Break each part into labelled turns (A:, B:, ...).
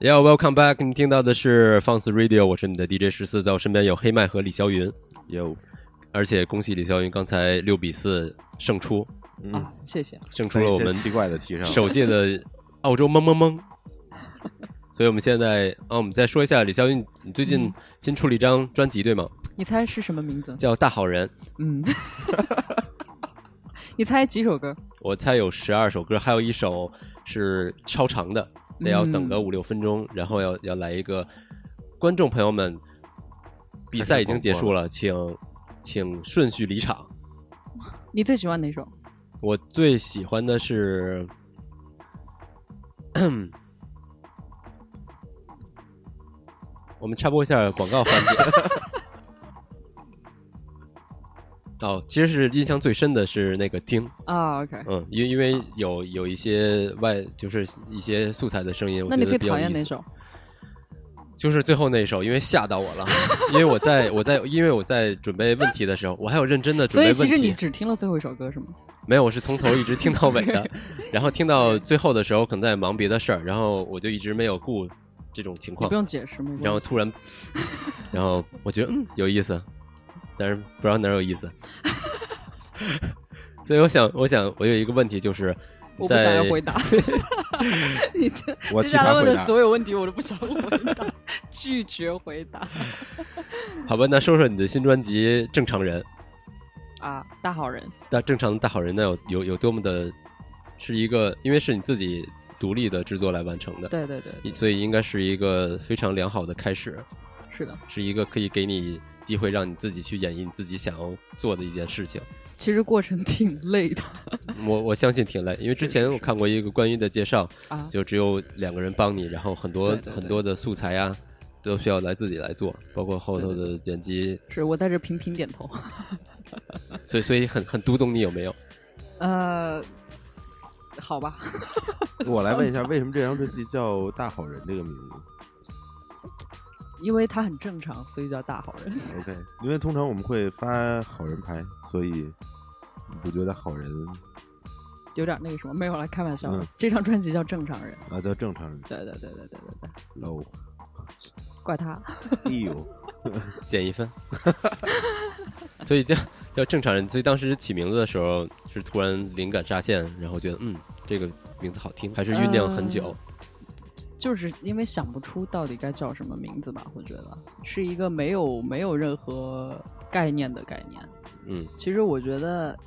A: Yeah, welcome back！你听到的是放肆 Radio，我是你的 DJ 十四，在我身边有黑麦和李霄云，
B: 有，
A: 而且恭喜李霄云刚才六比四胜出，
B: 嗯
C: 啊，，谢谢。
A: 胜出
B: 在
A: 了
B: 一
A: 我
B: 些
A: 们
B: 奇怪的 题上，
A: 首届的澳洲蒙蒙蒙。所以我们现在啊，我们再说一下李霄云，你最近新出了一张专辑对吗？
C: 你猜是什么 名字？
A: 嗯叫《大好人》，
C: 嗯， 你猜几首歌？
A: 我猜有十二首歌，还有一首是超长的，那要等个
C: 嗯
A: 五六分钟，然后要要来一个观众朋友们，比赛已经结束了，请请顺序离场。
C: 你最喜欢哪首？
A: 我最喜欢的是， 我们插播一下广告环节。哦，其实是印象最深的是那个听，
C: 啊，OK。
A: 嗯，因因为有有一些外，就是一些素材的声音，我觉
C: 那你
A: 得
C: 最
A: 比较
C: 讨厌
A: 有
C: 哪
A: 意思？
C: 首？
A: 就是最后那一首，因为吓到我了， 因为我在我在因为我在准备问题的时候，我还有认真的准
C: 所
A: 备
C: 以
A: 问题。哦
C: 其实你只听了最后一首歌是吗？
A: 没有，我是从头一直听到尾的，然后听到最后的时候，可能在忙别的事儿，然后我就一直没有顾这种情
C: 你
A: 况
C: 不，用解释，没关系。
A: 然后突 然，然后我觉得嗯有意思，但是不知道哪儿有 意思， 所以我想，我想我有一个问题就是，
C: 我不
A: 在
C: 想要回 答。你这
B: 我
C: 接
B: 替
C: 下
B: 他
C: 来问
B: 回
C: 的
B: 答
C: 所有问题我都不想回答，拒绝回答。
A: 好吧，那说说你的新专辑《正常人》。
C: 啊，大好人。
A: 那正常的大好人呢，有有有多么的，是一个，因为是你自己独立的制作来完成的，
C: 对对对，对
A: 所以应该是一个非常良好的开始，
C: 是的。
A: 是一个可以给你机会让你自己去演绎你自己想要做的一件事情。
C: 其实过程挺累的嗯
A: 我我相信挺累，因为之前我看过一个关于的介绍，
C: 啊。
A: 就只有两个人帮你，然后很多
C: 对对对
A: 很多的素材啊，都需要来自己来做，包括后头的剪辑，
C: 是我在这频频点头。
A: 所以所以很很读懂你有没有？
C: 呃，好吧，
B: 我来问一下，为什么这张专辑叫《大好人》这个名 字
C: 因为他很正常，所以叫大好人。
B: ？OK，因为通常我们会发好人牌，所以你不觉得好人
C: 有点那个什么，没有了，开玩笑的。
B: 嗯
C: 这张专辑叫《正常人》。
B: 啊叫正常人
C: 对对对对对对对，
B: low？
C: 怪他。
B: 哎呦，
A: 减一 分。所以叫叫正常人。所以当时起名字的时候是突然灵感乍现，然后觉得嗯，这个名字好听，还是酝酿很久。
C: 嗯就是因为想不出到底该叫什么名字吧，我觉得是一个没有没有任何概念的概念。
A: 嗯，
C: 其实我觉得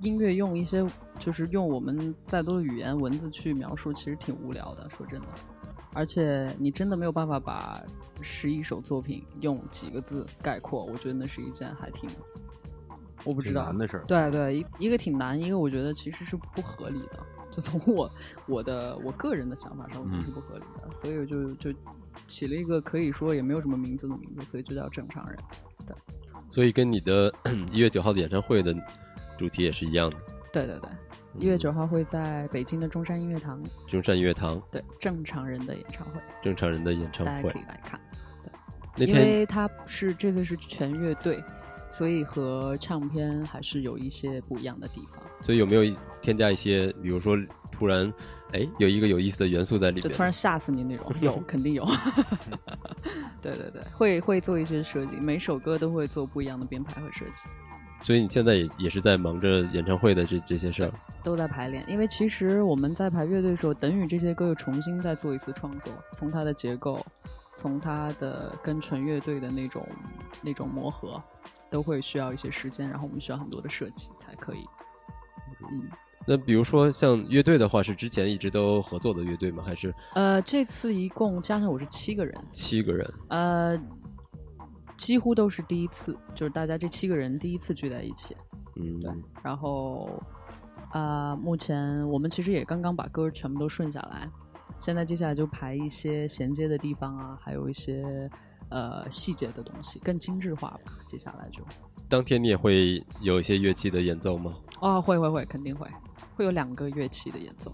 C: 音乐用一些就是用我们再多的语言文字去描述，其实挺无聊的。说真的，而且你真的没有办法把十一首作品用几个字概括，我觉得那是一件还挺我不知
B: 挺
C: 道
B: 难的事儿。
C: 对对，一一个挺难，一个我觉得其实是不合理的。就从我我的我个人的想法上，我觉
A: 嗯
C: 得是不合理的，所以我就就起了一个可以说也没有什么名字的名字，所以就叫正常人。
A: 所以跟你的 一月九号的演唱会的主题也是一样的，
C: 对对对，
A: 嗯
C: 一月九号会在北京的中山音乐堂，
A: 中山音乐堂
C: 对正常人的演唱会，
A: 正常人的演唱
C: 大家
A: 会
C: 可以来看，
A: 那
C: 因
A: 天
C: 为它是这次是全乐队，所以和唱片还是有一些不一样的地方。
A: 所以有没有添加一些，比如说突然哎有一个有意思的嗯元素在里
C: 就
A: 面？
C: 突然吓死你那 种，有肯定有。 对对对，会会做一些设计，每首歌都会做不一样的编排和设计，
A: 所以你现在也也是在忙着演唱会的这这些事儿。
C: 都在排练。因为其实我们在排乐队的时候，等于这些歌又重新再做一次创作，从它的结构，从它的跟纯乐队的那种那种磨合，都会需要一些时间，然后我们需要很多的设计才可以。嗯，
A: 那比如说像乐队的话，是之前一直都合作的乐队吗？还是
C: 呃，这次一共加上我是七个人，
A: 七个人？
C: 呃，几乎都是第一次，就是大家这七个人第一次聚在一起。
A: 嗯，
C: 对然后啊、目前我们其实也刚刚把歌全部都顺下来，现在接下来就排一些衔接的地方啊，还有一些呃细节的东西，更精致化吧。接下来就
A: 当天你也会有一些乐器的演奏吗？
C: 哦，会会会，肯定会会有两个乐器的演奏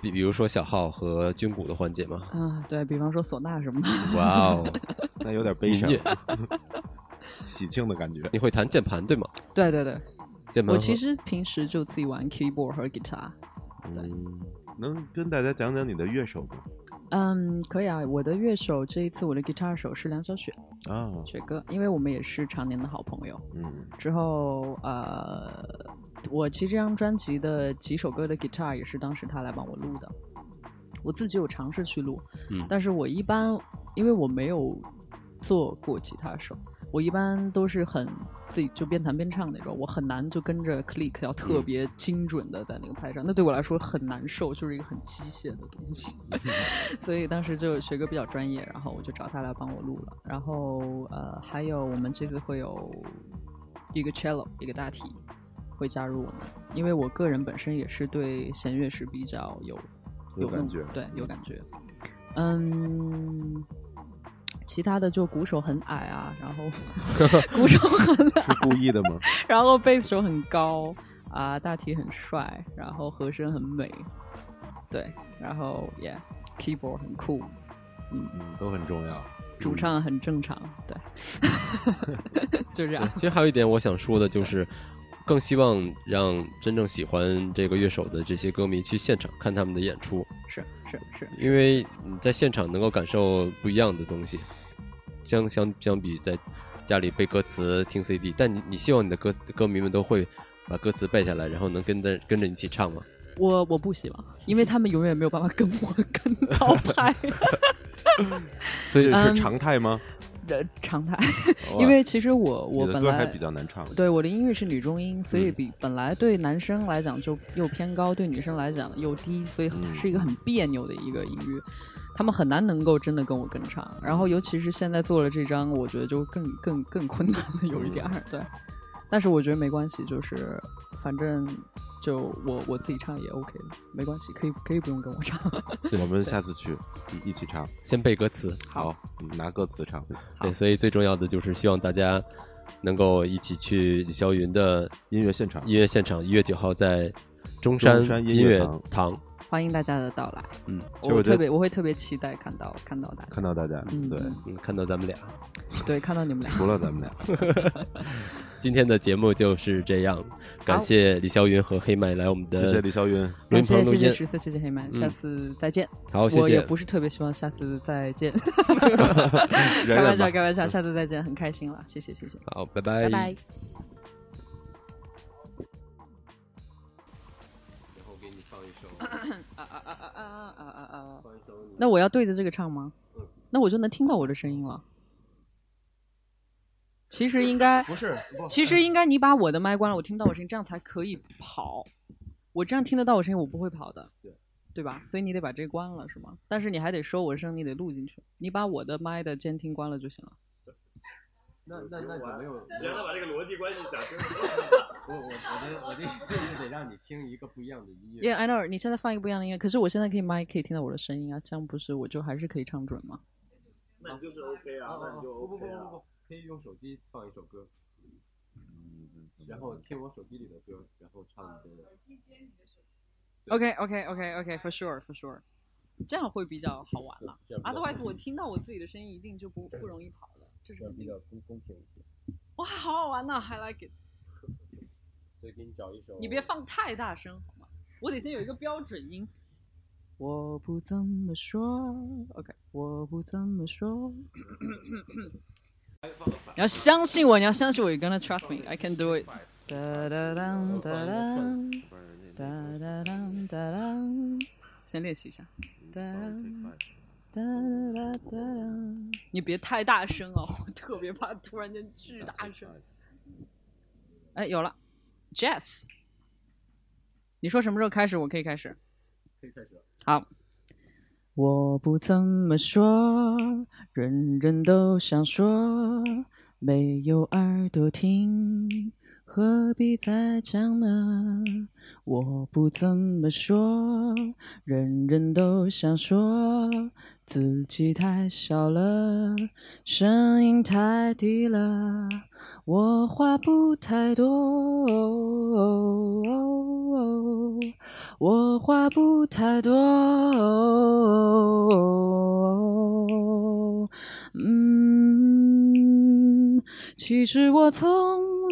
A: 比比如说小号和军鼓的环节吗？
C: 啊，对比方说唢呐什么的，
A: 哇哦，
B: 那有点悲伤
A: 音乐，
B: 喜庆的感觉。
A: 你会弹键盘对吗？
C: 对对对，
A: 键盘
C: 我
A: 和
C: 其实平时就自己玩 keyboard 和 guitar，
A: 嗯，
B: 能跟大家讲讲你的乐手吗？
C: 嗯，可以啊。我的乐手这一次我的吉他手是梁小雪
B: 啊，
C: 雪哥，因为我们也是常年的好朋友。
B: 嗯
C: 之后呃，我其实这张专辑的几首歌的 guitar 也是当时他来帮我录的，我自己有尝试去录，
A: 嗯
C: 但是我一般因为我没有做过吉他手，我一般都是很自己就边弹边唱那种，我很难就跟着 click 要特
A: 嗯
C: 别精准的在那个拍上，那对我来说很难受，就是一个很机械的东西。
B: 嗯
C: 所以当时就学哥比较专业，然后我就找他来帮我录了。然后呃，还有我们这次会有一个 cello，一个大提会加入我们，因为我个人本身也是对弦乐是比较有
B: 有
C: 那
B: 感
C: 种
B: 觉
C: 对，有感觉。嗯，其他的就鼓手很矮啊，然 后鼓手很 矮，
B: 是故意的吗？
C: 然后贝斯手很高啊，大提很帅，然后和声很美，对，然后 yeah，keyboard 很酷，
B: 嗯，
D: 都很重要。
C: 主唱很正常，对， 就这样
A: 对，其实还有一点我想说的就是，更希望让真正喜欢这个乐手的这些歌迷去现场看他们的演出，
C: 是是是，
A: 因为你在现场能够感受不一样的东西，相相相比在家里背歌词听 CD，但你你希望你的歌歌迷们都会把歌词背下来，然后能跟着跟着你一起唱吗？
C: 我我不希望，因为他们永远没有办法跟我 跟到拍
A: 所以
B: 这是
C: 嗯
B: 常态吗？
C: 的常态，
B: 偶尔
C: 因为其实我我
B: 你的
C: 本
B: 歌还
C: 来
B: 比较难唱，
C: 对我的音域是女中音，所以
A: 嗯
C: 比、本来对男生来讲就又偏高，对女生来讲又低，所以
B: 嗯
C: 它是一个很别扭的一个音域。他们很难能够真的跟我跟唱，然后尤其是现在做了这张，我觉得就更更更困难了，有一
B: 嗯
C: 点儿、对。但是我觉得没关系，就是反正就我我自己唱也 OK 的，没关系，可以可以不用跟我唱。
B: 我们下次去一起唱，
A: 先背歌词，
B: 好，拿歌词唱。
A: 对，所以最重要的就是希望大家能够一起去李霄云的
B: 音乐现场
A: 音乐现场，一月九号在中山
B: 中山音
A: 音
B: 乐
A: 乐
B: 堂
A: 堂。
C: 欢迎大家的到来，
A: 嗯，
B: 其实我
C: 我
B: 觉得
C: 特别我会特别期待看到看到大家，
B: 看到大家，
C: 嗯
B: 对，
A: 嗯，看到咱们俩，
C: 对，看到你们俩。
B: 除了咱 们俩，
A: 今天的节目就是这样，感谢李霄云和黑麦来我们的，
B: 谢谢李霄 云，
A: 录
C: 感
A: 音棚
C: 谢
A: 录
C: 谢
A: 音
C: 谢十四，谢谢黑曼，下
B: 嗯
C: 次再见。
A: 好，谢
C: 我也
A: 谢，
C: 不是特别希望下次再见，
B: 忍
C: 开玩
B: 忍
C: 笑
B: 吧。
C: 开玩笑，下次再见，很开心了，谢谢谢谢，
A: 好，
C: 拜拜。 啊啊啊啊啊啊啊啊！那我要对着这个唱吗？
D: 嗯
C: 那我就能听到我的声音了。其实应该，
D: 不嗯是，
C: 其实应该你把我的麦关了，我听不到我声音，这样才可以跑。我这样听得到我声音，我不会跑的，对吧？所以你得把这关了，是吗？但是你还得收我声，你得录进去。你把我的麦的监听关了就行了。
D: 那那那有没有？
E: 你让他把这个逻辑关系想清楚。
D: 我我我觉得我这这就得让你听一个不一样的音乐。
C: Yeah, I know。你现在放一个不一样的音乐，可是我现在可以麦可以听到我的声音啊，这样不是我就还是可以唱准吗？
E: 那你就是 OK
D: 啊
E: 啊，
D: 啊
E: 那
D: 啊
E: 你就
D: 不不不
E: OK
D: 不
E: 啊。
D: 不，可以用手机放一首歌，然后听我手机里的歌，然后唱你的。
C: OK OK OK OK for sure for sure，这样会比较好玩了。
D: 这样比较
C: Otherwise 我听到我自己的声音一定就不不容易跑了，这是
D: 这样
C: 肯
D: 比
C: 定
D: 较
C: 的。
D: 公公平一些。
C: 哇，好好玩呐、还 i like it。
D: 所以给你找一首。
C: 你别放太大声好吗？我得先有一个标准音。我不怎么说，OK，我不怎么说。你要相信我，你要相信我，You're gonna trust me，I can do it。哒哒当哒当哒哒当哒当，先练习一下。哒当哒哒哒哒当，你别太大声哦，我特别怕突然间巨
D: 啊
C: 大声。哎，有了，Jazz。你说什么时候开始？我可以开始。
D: 可以开始了。
C: 好。我不怎么说，人人都想说，没有耳朵听，何必再讲呢？我不怎么说，人人都想说，自己太小了，声音太低了，我话不太多。我话不太多。嗯，其实我从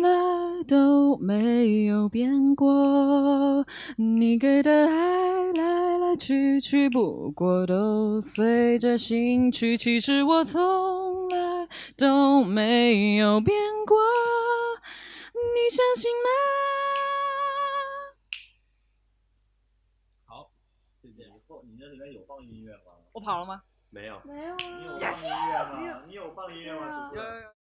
C: 来都没有变过。你给的爱来来来去去，不过都随着兴趣。其实我从来都没有变过，你相信吗？
E: 谢谢。以后你那里面有放音乐吗？
C: 我跑了吗？
E: 没有。
F: 没有
E: 你有
F: 啊。
E: 放音乐吗？你有放音乐吗？
F: 有
E: 主持人
C: 有有。